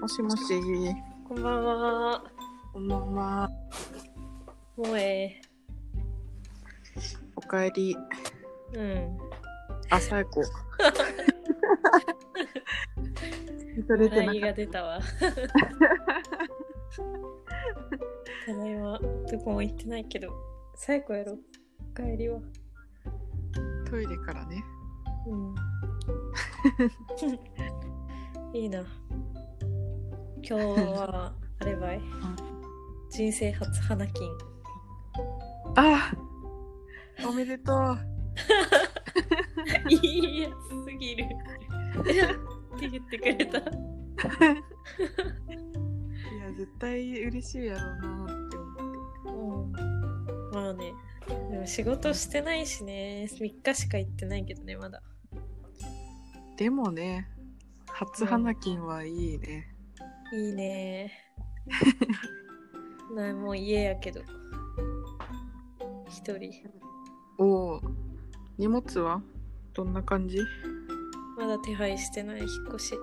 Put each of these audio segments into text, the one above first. もしもし。こんばんは。こんばんは。萌え。おかえり。うん。あ、最 高。それてな鼻かっが出たわ。ただいま、どこも行ってないけど。最後やろ。お帰りは。たトイレからね。うん。 いいな。今日は、あればい。人生初花金。あおめでとう。いいやつすぎる。 って言ってくれた。いや、絶対嬉しいやろうなって思って。うんまあね。でも仕事してないしね。3日しか行ってないけどね、まだ。でもね、初花金はいいね。いいね。 なもう家やけど。一人。おお。荷物はどんな感じまだ手配してない引っ越し。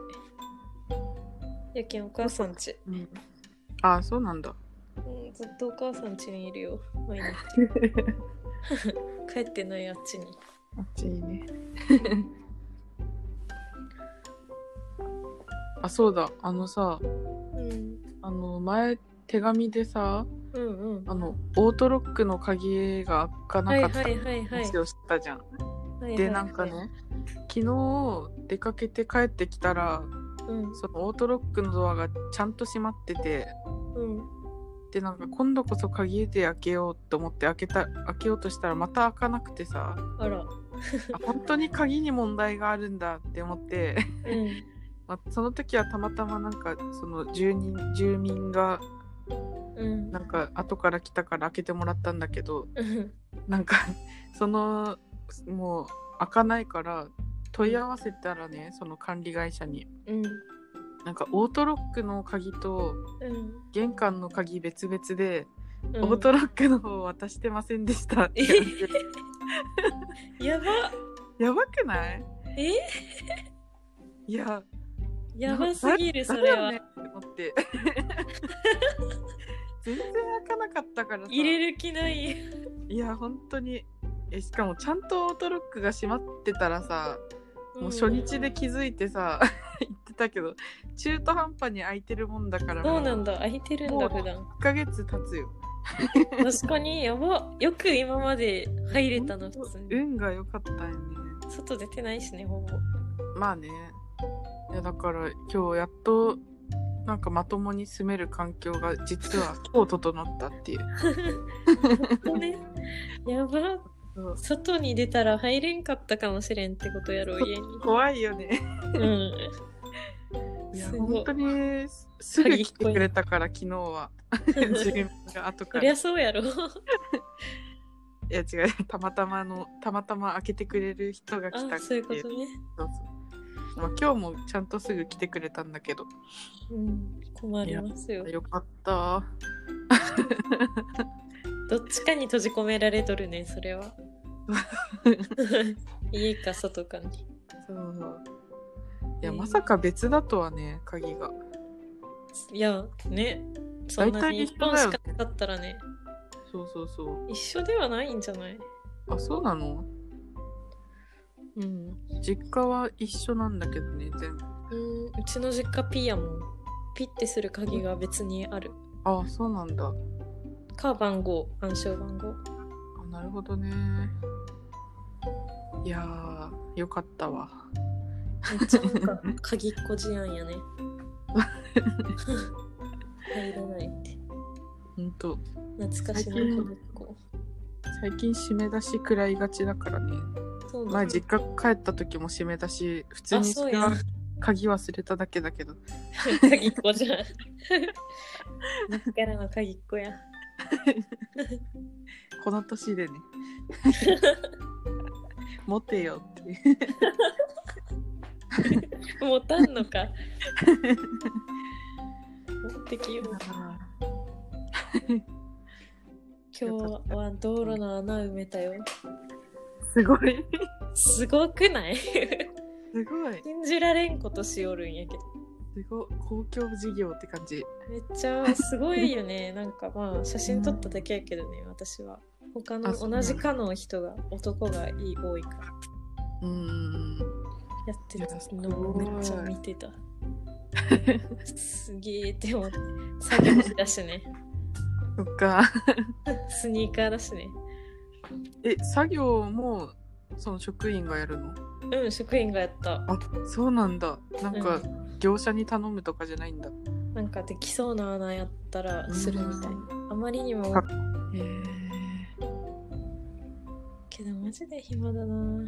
やけんお母さんち。うん。あ、そうなんだ。うんずっとお母さんちにいるよ。毎 日。帰ってないあっちに。あっちいい ね。あ、そうだ。あのさ、うん。あの、前、手紙でさ、うんうん。あの、オートロックの鍵が開かはいなかはったいはいはい。話をしてたじゃん。はいはいはいで、なんか。ね、昨日出かけて帰ってきたら、うんそのオートロックのドアがちゃんと閉まってて、うん。で、なんか今度こそ鍵で開けようと思って開けた、開けようとしたらまた開かなくてさ、あら。あ本当に鍵に問題があるんだって思って、 うん。まあ、その時はたまたまなんかその住人住民がうん。なんか後から来たから開けてもらったんだけどうんなんか そのもう開かないから問い合わせたらねその管理会社にうん。なんかオートロックの鍵とうん。玄関の鍵別々で、うんオートロックの方渡してませんでしたって言われてやばやばくないえいややばすぎるそだれよはねって思って 全然開かなかったからさ入れる気ないいや本当にえしかもちゃんとオートロックが閉まってたらさもう初日で気づいてさ 言ってたけど中途半端に空いてるもんだからそうなんだだ空いてるんもだう普段1ヶ月経つよ確かにやばよく今まで入れたの本当普通に運が良かったよね外出てないしね ほぼまあねいやだから今日やっとなんかまともに住める環境が実 は今日整ったっていう本当ねやばそう外に出たら入れんかったかもしれんってことやろ家に怖いよねうんいやすごい本当にすすぐ来てくれたから昨日は住民が後そかりらゃそうやろいや違うたまたまのたまたま開けてくれる人が来たあってそういうことねそうそうまあ、今日もちゃんとすぐ来てくれたんだけどうん困りますよよかったどっちかに閉じ込められとるねそれ は家か外かにそうそういや、ねまさか別だとはね鍵がいやねそんな大に体一一緒本だしよねかなかったらねそうそうそう一緒ではないんじゃないあそうなのうん、実家は一緒なんだけどね全部うん、うちの実家ピーやもんピッてする鍵が別にあるあそうなんだか番号暗証番号あなるほどねいやーよかったわめっちゃなんか鍵っ子事案や ね入らないってほんと懐かしの鍵っ子最近締め出し食らいがちだからねそうだ前実家帰った時も締め出し普通あにそうやん鍵忘れただけだけど鍵っ子じゃんだからの鍵っ子やこの年 でね持てよっていう持たんのか持ってきよう今日は道路の穴埋めたよすごいすごくないすごい信じられんことしおるんやけどすごい公共事業って感じめっちゃすごいよ ねなんかまあ写真撮っただけやけどね私は他のあそうなん同だじ科の人が男がいい多いかうらんやっていやすたごいのをめっちゃ見てたすげえでも作業だしねそっか スニーカーだしねえ作業もその職員がやるのうん職員がやったあそうなんだなんうか業者に頼むとかじゃないんだ、なんかできそうな穴やったらするみたいなあまりにもかへえけどマジで暇だな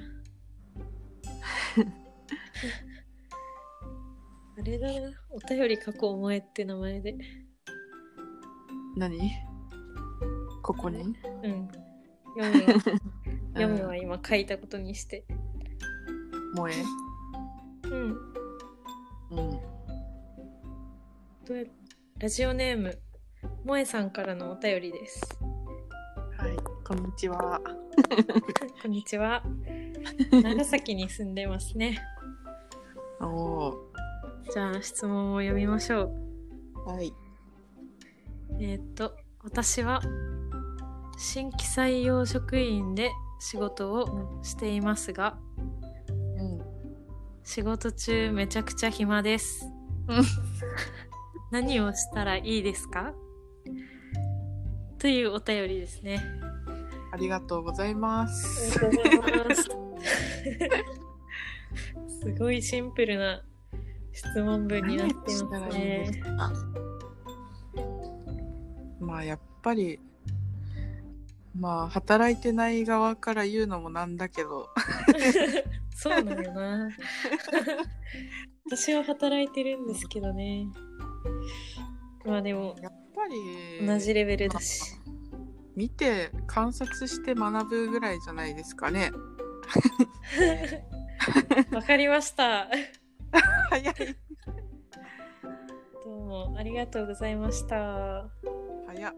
あれだなお便り書こうお前って名前で何ここにうん読むわ読むうは今書いたことにしてん萌えうんうんどうやラジオネーム萌えさんからのお便りです はいこんにちはこんにちは長崎に住んでますねおおじゃあ質問を読みましょうーはいえーっと私は新規採用職員で仕事をしていますがうん仕事中めちゃくちゃ暇ですうん 何をしたらいいですかというお便りですねありがとうございますありがとうございます。 すごいシンプルな質問文になってい何まをすしたらいいねで。まあやっぱりまあ働いてない側から言うのもなんだけ どそうなんよな。私は働いてるんですけどね。まあでもやっぱり同じレベルだし。見て観察して学ぶぐらいじゃないですかね わかりました。早いどうもありがとうございました。早っ